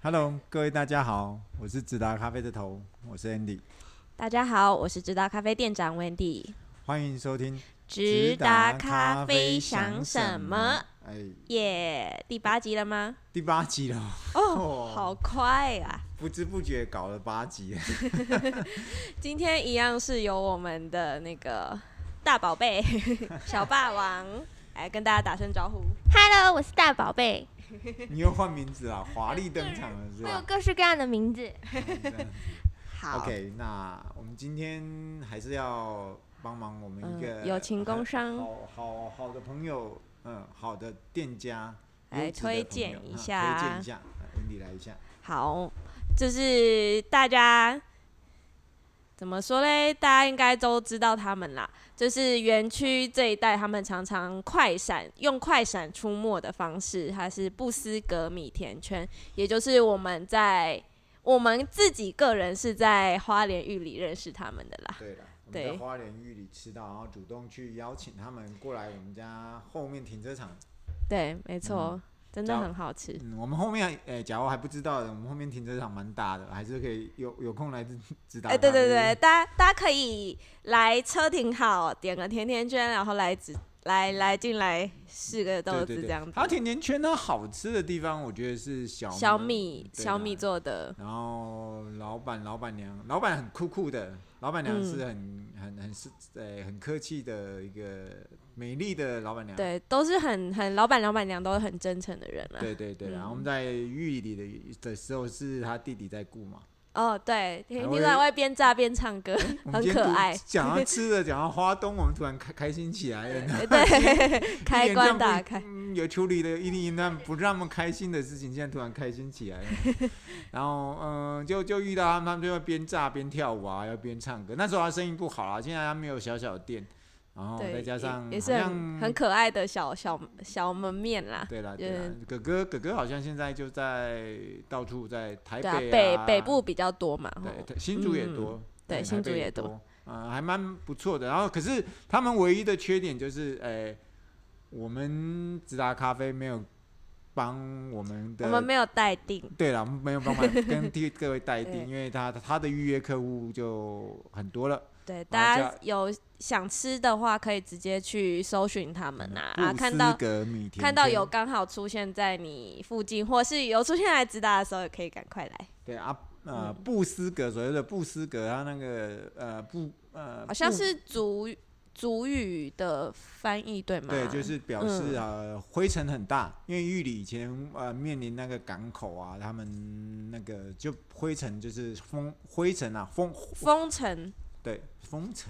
Hello，各位大家好，我是直达咖啡的头，我是 Andy，大家好，我是直达咖啡店长 Wendy。欢迎收听。直达咖啡想什么？哎，耶第八集了吗？第八集了， 哦，哦好快啊！不知不觉搞了八集。 今天一样是由我们的那个大宝 贝小霸王来跟大家打声招呼。 Hello，我是大宝贝，你又换名字 了，华丽登场了是我有吧各式各样的名字。好？OK，那我们今天还是要帮忙我们一个呃嗯友情工商好好好的朋友，嗯，好的店家来优质的推朋友荐嗯一下推荐一下，Andy 来一下。好，就是大家怎么说嘞？大家应该都知道他们啦，就是园区这一带，他们常常快闪，用快闪出没的方式，它是不思格米甜圈，也就是我们在我们自己个人是在花莲玉里认识他们的啦。对了，我们对在花莲玉里吃到，然后主动去邀请他们过来我们家后面停车场。对，没错，真的叫很好吃。嗯，我们后面还，诶、假如还不知道的，我们后面停车场蛮大的，还是可以有有空来指导。哎、对对对，，大家大家可以来车停好，点个甜甜圈，然后来只来来进来试个豆对子对这样子。它甜甜圈它好吃的地方，我觉得是小小米对小啦米做的，然后老板、老板娘，老板很酷酷的，老板娘嗯是很、很很是诶、很客气的一个美丽的老板娘。对，都是很很老板老板娘都是很真诚的人啊。对对对，然后我们在玉里的的时候是他弟弟在顾嘛，哦，对，听还听会在外边炸边唱歌，我们很今可天突爱讲到吃的，讲到花东，我们突然开开心起来了。 对，开关打一连串开不。嗯有处理了一一段不那么开心的事情，现在突然开心起来 了。然后，嗯，就就遇到他们，他们就会边炸边跳舞啊，要边唱歌。那时候他生意不好啊，现在他们有小小的店，然后对，哦再加也上也好是像很很可爱的小小小门面啦。对啦，就对啦是，哥哥哥哥好像现在就在到处在台对啊，北北啊北部比较多嘛。吼对，新竹也多，哦嗯对台新北竹也多多，嗯、还蛮不错的。然后可是他们唯一的缺点就是，诶、我们直达咖啡没有帮我们的，我们没有待定。对了，我们没有 办法跟第各位代对订，因为他他的预约客户就很多了。对，然大后家有想吃的话，可以直接去搜寻他们啊，啊嗯布看斯到格米甜看到圈有刚好出现在你附近，或是有出现来直达的时候，也可以赶快来。对啊。呃，嗯布斯格所谓的布斯格，他那个呃布呃，好像布是族语族语的翻译对吗？对， 就是表示嗯啊、呃灰尘很大，因为玉里以前呃面临那个港口啊，他们那个就灰尘就是风灰尘啊，风风尘、对风 尘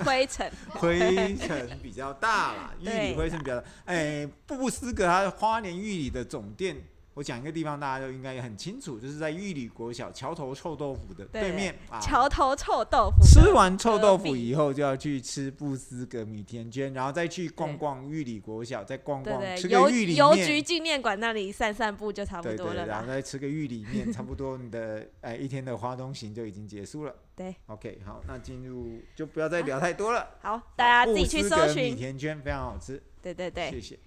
灰 尘。灰尘比较大啦，玉对里灰尘比较大。哎，布布斯格它花莲玉里的总店，我讲一个地方大家就应该也很清楚，就是在玉里国小桥头臭豆腐的对对面啊，桥头臭豆腐，吃完臭豆隔腐壁以后，就要去吃布斯格米甜圈，然后再去逛对逛玉里国小，再逛对逛对吃邮个玉里邮局面，纪念馆那里散散步就差不对多了对，然啦后。再吃个玉里面，差不多你的哎一天的花东行就已经结束了。 对，OK，好，那进入就不要再聊太多了，好，大家自己去布斯搜格米寻。甜圈非常好吃，对对对，谢谢。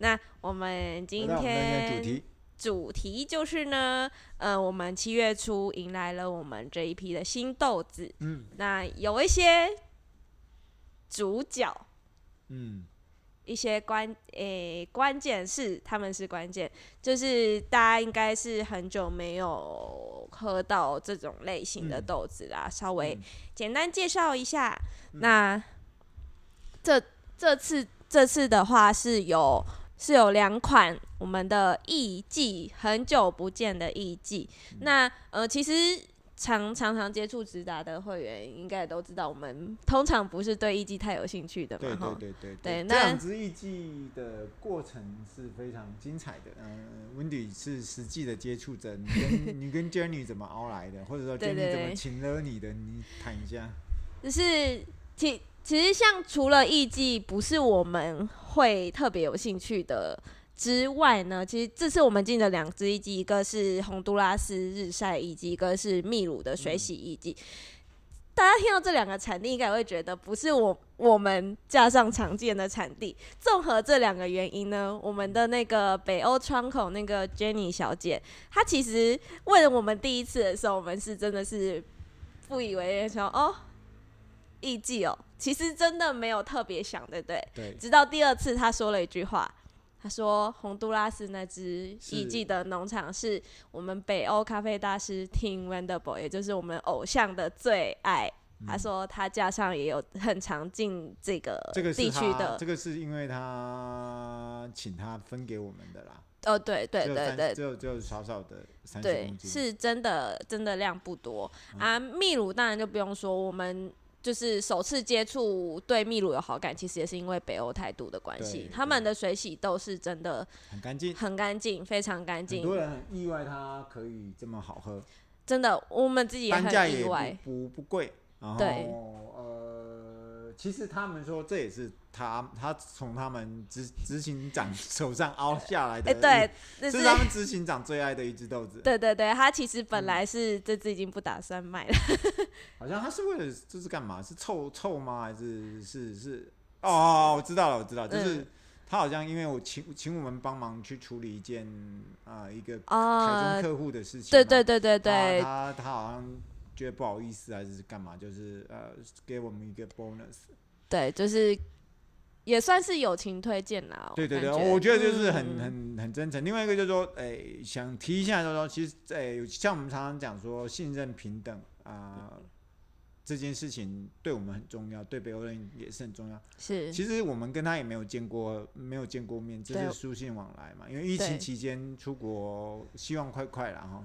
那我们今回到我们今天的天主题，主题就是呢，呃，我们七月初迎来了我们这一批的新豆子，嗯那有一些主角，嗯，一些关诶、关键是他们是关键，就是大家应该是很久没有喝到这种类型的嗯豆子啦，稍微嗯简单介绍一下。那这这次这次的话是有是有两款我们的艺妓，很久不见的艺妓。嗯那呃，其实常常常接触直达的会员应该也都知道，我们通常不是对艺妓太有兴趣的对嘛，对哈。对对对这那两支艺伎的过程是非常精彩的。嗯、温迪是实际的接触者，你 跟你跟 Jenny 怎么熬来的，或者说对 Jenny 对怎么对请了你的，你谈一下。就是其其实像除了艺伎不是我们会特别有兴趣的之外呢，其实这次我们进的两支艺伎，一个是洪都拉斯日晒艺伎，一个是秘鲁的水洗艺伎。大家听到这两个产地，应该会觉得不是我我们架上常见的产地。综合这两个原因呢，我们的那个北欧窗口那个 Jenny 小姐，她其实问我们第一次的时候，我们是真的是不以为然，说哦，艺伎哦，其实真的没有特别想，对不对？对，直到第二次，他说了一句话，他说：“洪都拉斯那支是艺伎的农场是我们北欧咖啡大师 Tim Wendelbo，也就是我们偶像的最爱。他说他架上也有很常进这个这个是地区他的，这个是因为他请他分给我们的啦。哦，对对只有对三对只有只有少少的三十对公，斤，是真的，真的量不多、嗯啊。秘鲁当然就不用说，我们就是首次接触对秘鲁有好感，其实也是因为北欧态度的关系对，他们的水洗豆是真的很干净。很干净，非常干很净。多人很意外它可以这么好喝，真的，我们自己也单价很也意外不。不不贵。然后对呃，其实他们说这也是他他从他们执执行长手上凹下来的哎、一， 对，这这是是他啊嗯们执行长最爱的一只豆子。对对对，他其实本来是这次已经不打算卖了，好像他是为了这是干嘛？是臭臭吗？还是是是？哦，我知道了，我知道，就是、嗯他好像因为我请请我们帮忙去处理一件啊、呃一个台中啊、客户的事情嘛、啊对对对对对他他他好像觉得不好意思还是干嘛，就是呃给我们一个 bonus。对，就是也算是友情推荐啦。对对对，哦感我觉得就是很嗯很很真诚。另外一个就是说，哎、想提一下就是说，其实哎、像我们常常讲说信任平等啊、这件事情对我们很重要，对北欧人也是很重要。是其实我们跟他也没有见过，没有见过面，这对哦是书信往来嘛。因为疫对情期间出国，希望快快啦哈。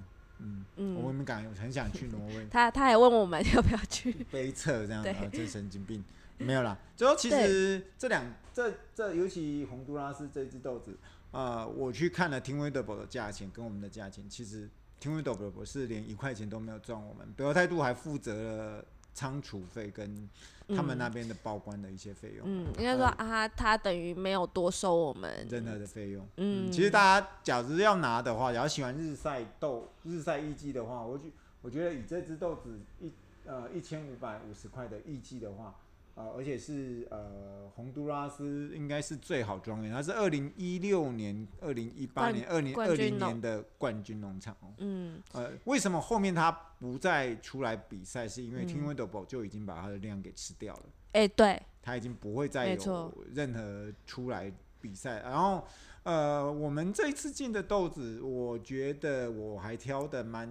嗯，我嗯，们感很想去挪威他他还问我们 要不要去，悲测这样子，对啊真神经病。没有啦，最后其实这两这这尤其洪都拉斯这只豆子，呃，我去看了 t i n w i d a b l 的价钱跟我们的价钱，其实 t i n w i d a b l 是连一块钱都没有赚我们，北欧态度还负责了仓储费跟他们那边的报关的一些费用，嗯，应该说啊，他等于没有多收我们，真的的费用。嗯，嗯，其实大家假如要拿的话，假如喜欢日晒豆、日晒艺季的话，我觉我觉得以这只豆子一呃一千五百五十块的艺季的话，呃，而且是呃洪都拉斯应该是最好庄园，它是二零一六年、二零一八年、二零二冠零军农年的冠军农场哦。嗯呃，为什么后面它不再出来比赛？是嗯因为 t i n w i d a b l 就已经把它的量给吃掉了。哎、对，他已经不会再没错有任何出来比赛。然后，呃，我们这一次进的豆子，我觉得我还挑的蛮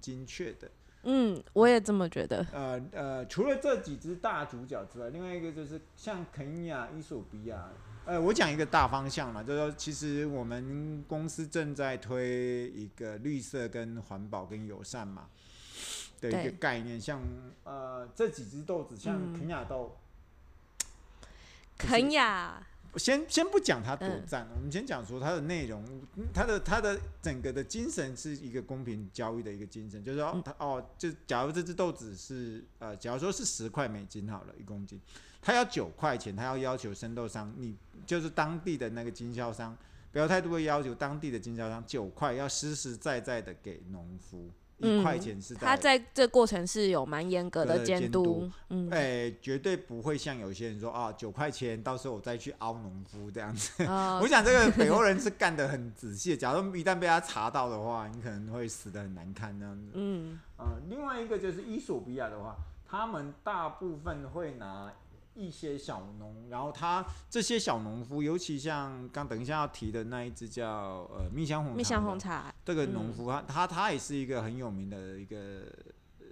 精确的。嗯，我也这么觉得，呃呃，除了这几只大主角之外，另外一个就是像肯亚、伊索比亚。呃，我讲一个大方向嘛，就是说，其实我们公司正在推一个绿色、跟环保、跟友善嘛的一对个概念。像呃，这几只豆子，像嗯肯亚豆，肯雅，先先不讲它多嗯赞，我们先讲说它的内容，嗯它的它的整个的精神是一个公平交易的一个精神，就是说嗯它哦，就假如这只豆子是呃，假如说是十块美金好了，一公斤，它要九块钱，它要要求生豆商，你就是当地的那个经销商，不要太多要求当地的经销商九块要实实在在的给农夫，一块嗯钱是在他在这过程是有蛮严格有的的监监督督，嗯，哎、绝对不会像有些人说啊，九块钱，到时候我再去凹农夫这样子。啊我想这个北欧人是干得很仔细的，假如一旦被他查到的话，你可能会死得很难看那样子。嗯，呃，另外一个就是伊索比亚的话，他们大部分会拿一些小农，然后他这些小农夫，尤其像刚等一下要提的那一只叫呃蜜香红茶的，蜜香红茶，嗯这个农夫他、他他也是一个很有名的一个呃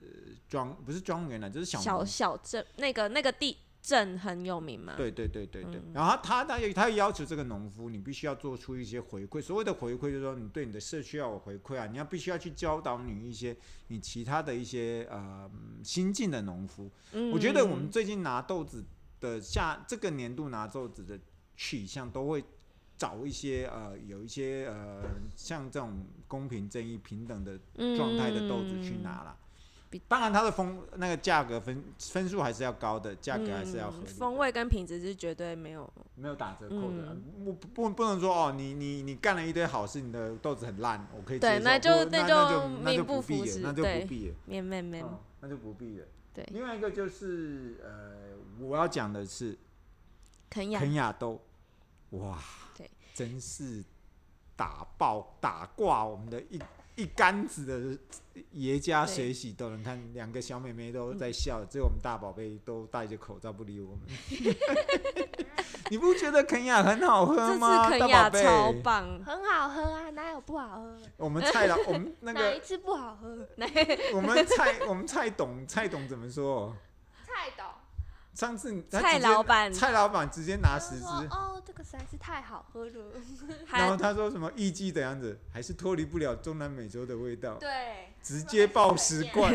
庄，不是庄园了，就是小小农小镇那个那个地镇很有名嘛。对对对对对。啊嗯然后他他他也他也要求这个农夫，你必须要做出一些回馈。所谓的回馈，就是说你对你的社区要有回馈啊，你要必须要去教导你一些你其他的一些呃嗯新进的农夫。嗯，我觉得我们最近拿豆子的下这个年度拿豆子的取向都会。找一些呃，有一些呃，像这种公平、正义、平等的状态的豆子去嗯拿啦。比当然，它的风那个价格分分数还是要高的，价格还是要合理嗯的风味跟品质是绝对没有。没有打折扣的嗯，我不不不能说哦，你你你干了一堆好事，你的豆子很烂，我可以接对受那就不那那就那就那名就不不符必实了，那就对不必了，面面面，嗯，那就不必了。对，另外一个就是呃，我要讲的是肯雅肯亚豆，哇，对，真是打爆打挂我们的一一竿子的爷家对水洗豆。你看两个小妹妹都在笑，只有我们大宝贝都戴着口罩不理 我们。你不觉得肯雅很好这喝吗？次肯大宝雅贝，超棒，很好喝啊，哪有不好喝？我们蔡老，我们那哪个一次不好喝？我们蔡我们蔡董蔡董怎么说？蔡董上次他蔡直接老板蔡老板直接拿十支，说哦，这个实在是太好喝了。然后还他说什么艺伎的样子，还是脱离不了中南美洲的味道，对，直接爆十罐。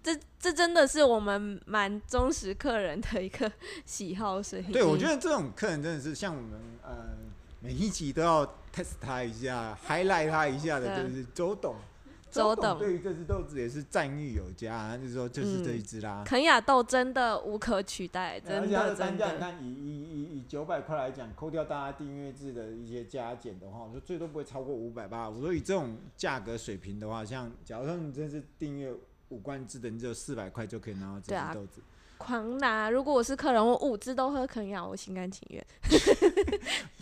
这这真的是我们蛮忠实客人的一个 喜好，所以对，我觉得得这种客人真的是像我们呃每一集都要 test 他一下，highlight 他一下的，对就是周董。周董董对于这只豆子也是赞誉有加，他就说就是这一只啦。肯雅豆真的无可取代，而真且它的的单真价，你的。看以以以以九百块来讲，扣掉大家订阅制的一些加减的话，我说最多不会超过五百八。我说以这种价格水平的话，像假如说你这是订阅五罐制的，你只有四百块就可以拿到这对啊只豆子。狂拿！如果我是客人，我五支都喝肯雅，我心甘情愿。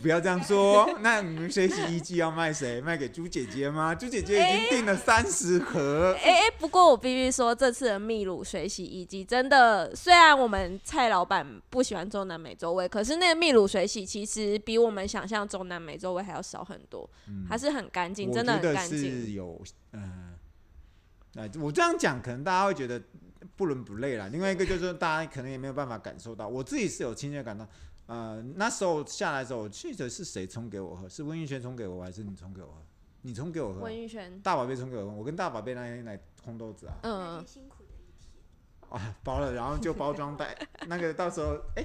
不要这样说哦，那你们水洗衣机要卖谁？卖给猪姐姐吗？猪姐姐已经订了三十盒。哎、哎、不过我必须说，这次的秘鲁水洗衣机真的，虽然我们蔡老板不喜欢中南美洲味，可是那个秘鲁水洗其实比我们想象中南美洲味还要少很多，嗯还是很干净，我真的觉得很干净。是有，嗯、呃，哎，我这样讲可能大家会觉得不伦不类啦。另外一个就是说大家可能也没有办法感受到，我自己是有亲切感到。呃，那时候下来的时候，我记得是谁冲给我喝？是温玉轩冲给我，还是你冲给我喝？你冲给我喝温，玉轩，大宝贝冲给我喝。我跟大宝贝那天来烘豆子啊，嗯，辛苦的一天。啊，包了，然后就包装袋， 那个到时候哎、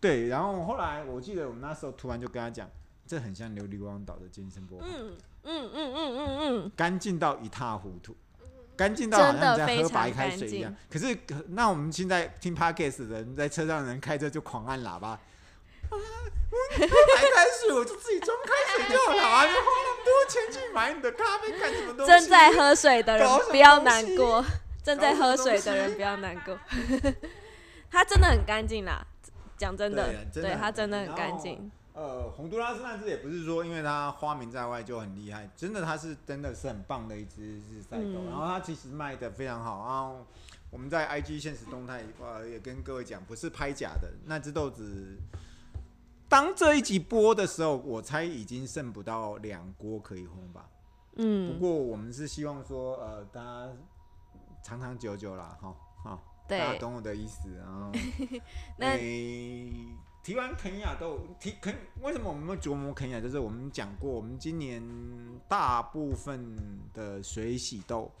对，然后后来我记得我们那时候突然就跟他讲，这很像琉璃汪岛的健身波，嗯嗯嗯嗯嗯嗯，干净到一塌糊涂，干净到好像你在喝白开水一样。可是呃那我们现在听 podcast 的人在车上的人开车就狂按喇叭。啊！我我买开水，我就自己装开水就 好了啊！你花那么多钱去买你的咖啡干什么东西？啊正在喝水的人搞什么不要东西难过，正在喝水的人不要难过，它真的很干净啦，讲真的对啊，真的对很它真的干净然很干后净，呃，洪都拉斯那只也不是说因为它花名在外就很厉害，真的它是真的是很棒的一只日晒豆，嗯然后它其实卖的非常好啊。然后我们在 IG 现实动态呃也跟各位讲，不是拍假的，那只豆子。当这一集播的时候，我猜已经剩不到两锅可以烘吧。不嗯，过我们是希望说，呃，大家长长久久啦，哈，哈，对大家懂我的意思啊。那诶提完肯雅豆，提肯为什么我们会琢磨肯雅？就是我们讲过，我们今年大部分的水洗豆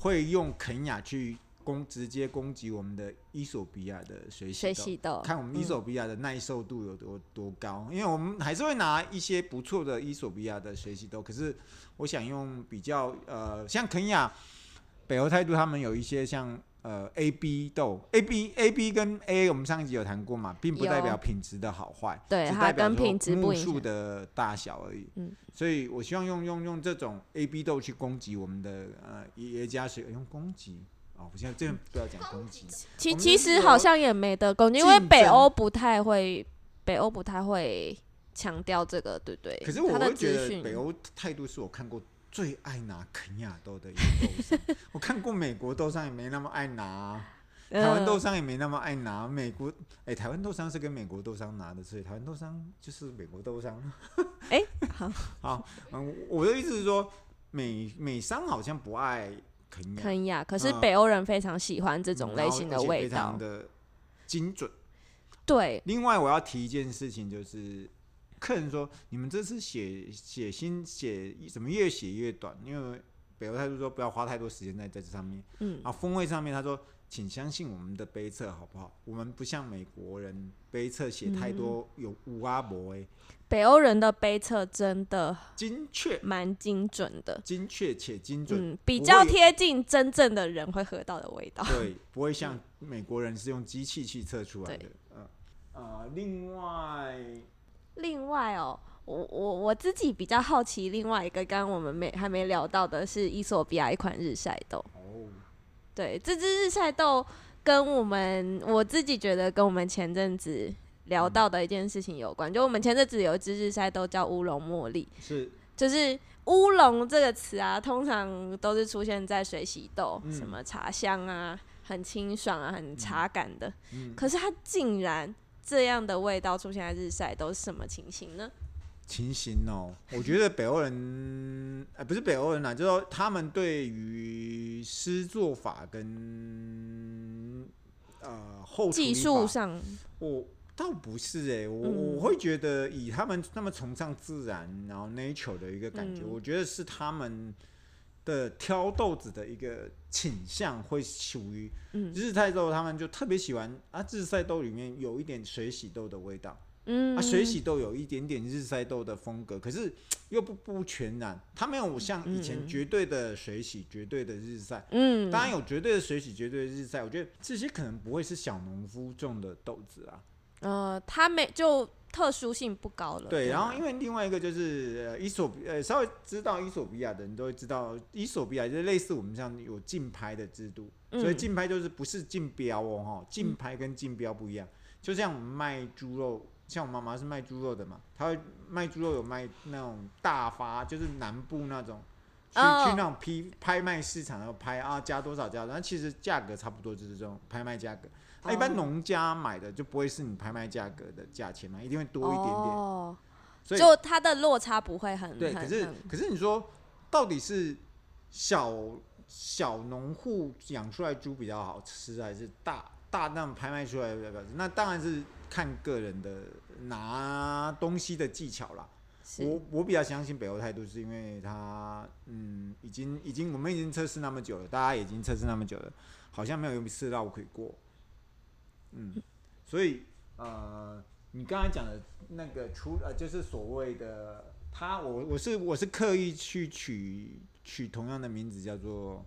会用肯雅去攻，直接攻击我们的伊索比亚的水洗水豆。洗豆，看我们伊索比亚的耐受度有多多高，因为我们还是会拿一些不错的伊索比亚的水洗豆，可是我想用比较呃，像肯雅、北欧态度，他们有一些像呃 A B 豆，A B A B 跟 A，我们上一集有谈过嘛，并不有代表品质的好坏，对只它代表跟说品质不目影数响的大小而已。嗯，所以我希望用用用这种 A B 豆去攻击我们的呃爷爷家水，用攻击哦，我现在这个不要讲攻击。其我们其就是实有好像也没得攻击，因为竞北争欧不太会，北欧不太会强调这个，对不对？可是我他的会觉资得讯北欧态度是我看过最爱拿肯亚豆的一个豆商。 我看过美国豆商也没那么爱拿啊，台湾豆嗯商也没那么爱拿。美国哎、台湾豆商是跟美国豆商拿的，所以台湾豆商就是美国豆商。哎 好，好，嗯，我的意思是说，美美商好像不爱肯亚肯亚，可是嗯北欧人非常喜欢这这种类型的味非常道，的精准。对，另外，我要提一件事情，就是客人说你们这次写写新写怎么越写越短？因为北欧态度说不要花太多时间在在这上面嗯，啊，风味上面他说。请相信我们的杯测好不好？我们不像美国人杯测写太多有五阿伯哎，北欧人的杯测真的精确、蛮精准的，精确且精准，嗯，比不会较有贴近真正的人会喝到的味道，对，不会像美国人是用机器去测出来的对。嗯呃，另外另外哦，我我我自己比较好奇，另外一个刚刚我们没还没聊到的是伊索比亚一款日晒豆。哦，对，这只日晒豆跟我们我自己觉得跟我们前阵子聊到的一件事情有关，就我们前阵子有一支日晒豆叫乌龙茉莉，是就是乌龙这个词啊，通常都是出现在水洗豆、嗯什么茶香啊，很清爽啊，很茶感的。嗯可是它竟然这样的味道出现在日晒豆是什么情形呢？情形哦。我觉得北欧人，呃，不是北欧人啦，就是说他们对于诗作法跟呃后处理技术法上，我倒不是哎、我、嗯我会觉得以他们那么崇尚自然，然后 nature 的一个感觉，嗯我觉得是他们的挑豆子的一个倾向会属于嗯日晒豆，他们就特别喜欢啊，日晒豆里面有一点水洗豆的味道，嗯，啊，水洗豆有一点点日晒豆的风格，可是又不不全然，它没有像以嗯嗯前绝对的水洗、绝对的日晒。嗯，当然有绝对的水洗、绝对的日晒，我觉得这些可能不会是小农夫种的豆子啊。呃，它没就特殊性不高了。啊对，然吗后因为另外一个就是呃，伊索比呃，稍微知道伊索比亚的人都会知道，伊索比亚就是类似我们像有竞拍的制度，所以嗯竞拍就是不是竞标哦，哈，竞拍跟竞标不一样。就像我们卖猪肉，像我妈妈是卖猪肉的嘛，她会卖猪肉有卖那种大发，就是南部那种。去哦去那种批拍卖市场，然后拍啊加多少加，然后其实价格差不多就是这种拍卖价格。那、一般哦农家买的就不会是你拍卖价格的价钱嘛，一定会多一点点。哦，所以就它的落差不会很对，很可是很可是你说到底是小小农户养出来猪比较好吃，还是大大量拍卖出来比较好吃？那当然是看个人的拿东西的技巧啦。是我我比较相信北欧态度，是因为它嗯，已经已经我们已经测试那么久了，大家已经测试那么久了，好像没有一次绕腿过。嗯，所以呃，你刚才讲的那个除呃，就是所谓的他，我我是我是刻意去取取同样的名字，叫做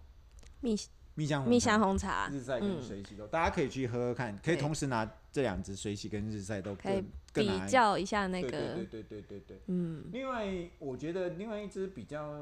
蜜蜜香红蜜茶香红茶，日晒跟嗯水洗豆，大家可以去喝喝看，可以对同时拿这两支水洗跟日晒豆可以更更拿比来较一下那对个对对对对对对。嗯另外，我觉得另外一支比较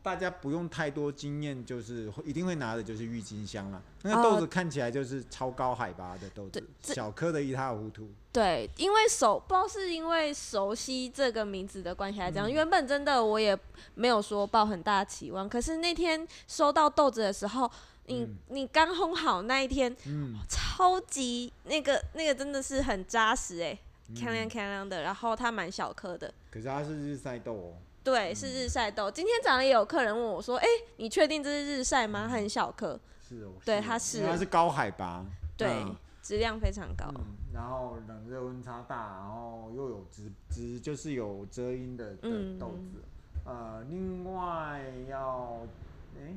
大家不用太多经验，就是会一定会拿的就是郁金香啦。那个哦豆子看起来就是超高海拔的豆对子，这哦小颗的一塌糊涂。对，因为熟不知道是因为熟悉这个名字的关系还是嗯怎样，原本真的我也没有说抱很大期望，可是那天收到豆子的时候。你嗯你刚烘好那一天，嗯，超级那个那个真的是很扎实哎、嗯锵亮锵亮的，然后它蛮小颗的，可是它是日晒豆哦。对，是日晒豆。今天早上也有客人问我说：“哎、你确定这是日晒嗯吗？它很小颗，是哦，对哦它是因为它是高海拔，对嗯，质量非常高。嗯，然后冷热温差大，然后又有直直就是有遮阴的的嗯豆子。呃，另外要，哎，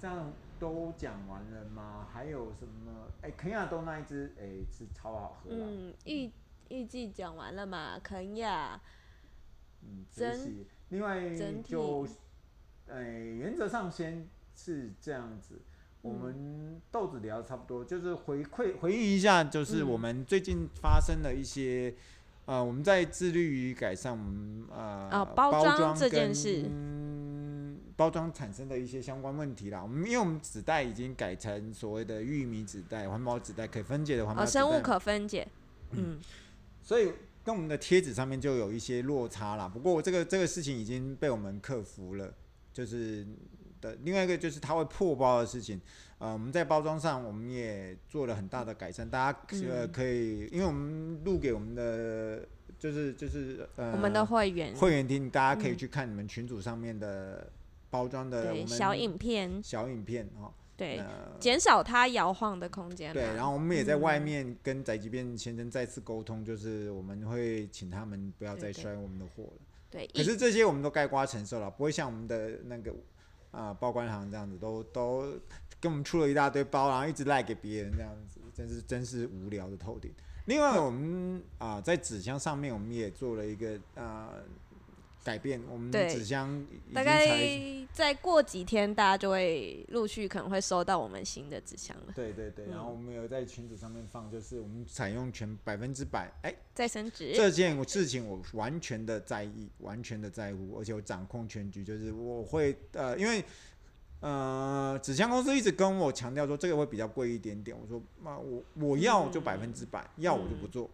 这样都讲完了吗？还有什么？哎，肯亚豆那一只，哎，是超好喝啦。嗯，预预计讲完了嘛？肯亚，嗯，整珍惜。另外整体就，哎，原则上先是这样子。我们豆子聊得差不多，就是回馈回忆一下，就是嗯我们最近发生的一些，呃，我们在致力于改善我们呃、啊包包装装这件跟事包装产生的一些相关问题啦。我们因为我们纸袋已经改成所谓的玉米纸袋、环保纸袋、可分解的环保哦，纸袋生嘛物可分解。嗯，所以跟我们的贴纸上面就有一些落差啦。不过这个这个事情已经被我们克服了，就是的另外一个就是它会破包的事情。呃，我们在包装上我们也做了很大的改善，大家呃嗯可以，因为我们录给我们的就是就是呃我们的会员会员厅，大家可以嗯去看你们群组上面的包装的呃我对们小影片，小影片哦。对，呃减少它摇晃的空间啦。对，然后我们也在外嗯面跟宅急便先生再次沟通，就是我们会请他们不要对再对摔我们的货了。对，可一是这些我们都盖瓜承受了，不会像我们的那个啊、呃报关行这样子，都都跟我们出了一大堆包，然后一直赖给别人这样子，真是真是无聊的透顶。另外，我们啊、在纸箱上面我们也做了一个啊改变，我们对纸箱已大经概才再过几天，大家就会陆续可能会收到我们新的纸箱了，对对对，然后嗯我们有在群组上面放，就是我们采用全百分之百，哎，再升值。这件事情我完全的在意，完全的在乎，而且我掌控全局，就是我会呃，因为呃，呃，纸箱公司一直跟我强调说这个会比较贵一点点。我说妈，我我要嗯就百分之百，要我就不做。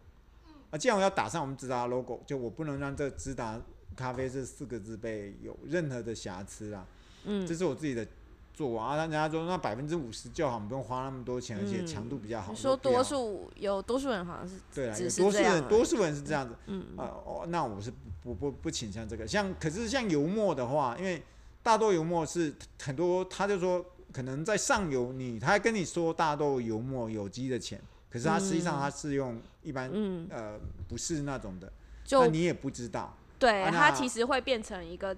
啊，既然我要打上我们直达 logo，就我不能让这直达咖啡这四个字被有任何的瑕疵啊。嗯这是我自己的做法啊。人家说那百分之五十就好，你不用花那么多钱，而且嗯强度比较好。你我说不哦要多数有多数人好像是，对啊，只有是多数这样人而多数人是这样子。嗯，呃，哦，那我是不不不倾向这个。像可是像油墨的话，因为大豆油墨是很多，他就说可能在上游你，他还跟你说大豆油墨有机的钱，可是他实际上嗯他是用一般、嗯，呃不是那种的，那就你也不知道。对，啊那它其实会变成一个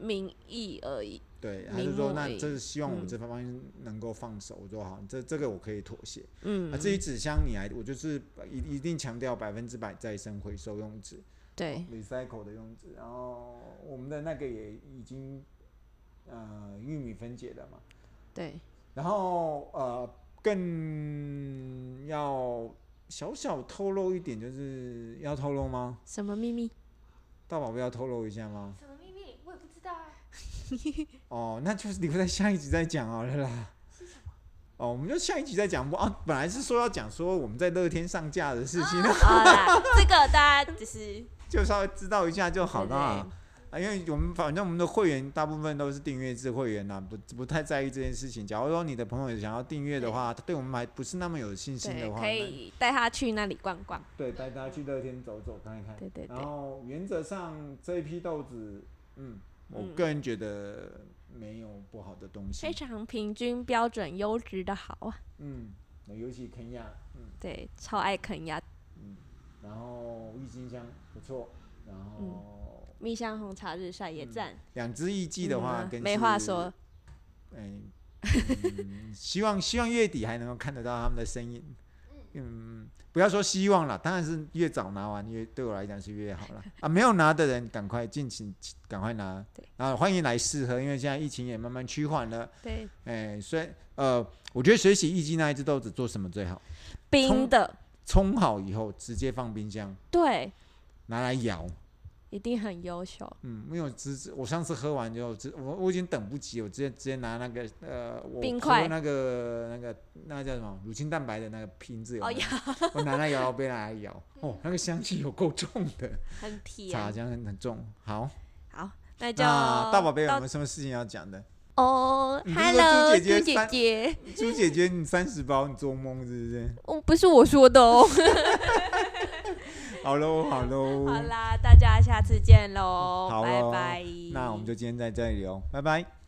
名义而已。对，他就明说目那而已这是希望我们嗯这方面能够放手。我说好，这这个我可以妥协。嗯，啊，至于纸箱，你还我就是一一定强调百分之百再生回收用纸。对， recycle 的用纸，然后我们的那个也已经呃玉米分解了嘛，对，然后呃更要小小透露一点，就是要透露吗？什么秘 密？大宝贝要透露一下吗？什么秘密？我也不知道啊。哦，那就是留在下一集再讲好了啦。是什么？哦，我们就下一集再讲不啊？本来是说要讲说我们在乐天上架的事情，啊好啦，这个大家只是 就稍微知道一下就好对啦。啊，因为我们反正我们的会员大部分都是订阅制会员啊啦，不不太在意这件事情。假如说你的朋友想要订阅的话，他对我们还不是那么有信心对的对，话，可那以带他去那里逛逛。对带大家去乐天走走看一看。对对对然后原则上这一批豆子，嗯，我嗯哎个人觉得没有不好的东西非。常平均、标准、优质的好啊！嗯，那尤其肯亚，嗯，对，超爱啃鸭，然后郁金香不错，然后蜜香红茶日晒也嗯赞。两只艺伎的话嗯啊，跟没话说。。哎、嗯希望希望月底还能够看得到他们的身影。嗯，不要说希望了，当然是越早拿完越对我来讲是越好了啊！没有拿的人赶快尽情赶快拿对，然后欢迎来试喝，因为现在疫情也慢慢趋缓了。对，哎、所以呃，我觉得学习艺伎那一只豆子做什么最好？冰葱的，冲好以后直接放冰箱，对，拿来摇。一定很优秀。嗯，因为我只只我上次喝完之后，只我我已经等不及，我直接直接拿那个呃，我冰喝块那个那个那叫什么乳清蛋白的那个瓶子有哦没有，我拿那摇摇杯拿来摇，哦，那个香气有够重的，很甜茶。香很很重。好，好，那就那大宝贝有到没有什么事情要讲的？哦你不是说猪，Hello，姐姐猪姐三姐，猪姐姐，你三十包，你做梦是不是？哦，不是我说的哦。好喽，好喽，好啦，大家下次见喽，哦好拜哦拜。那我们就今天在这里哦，拜拜。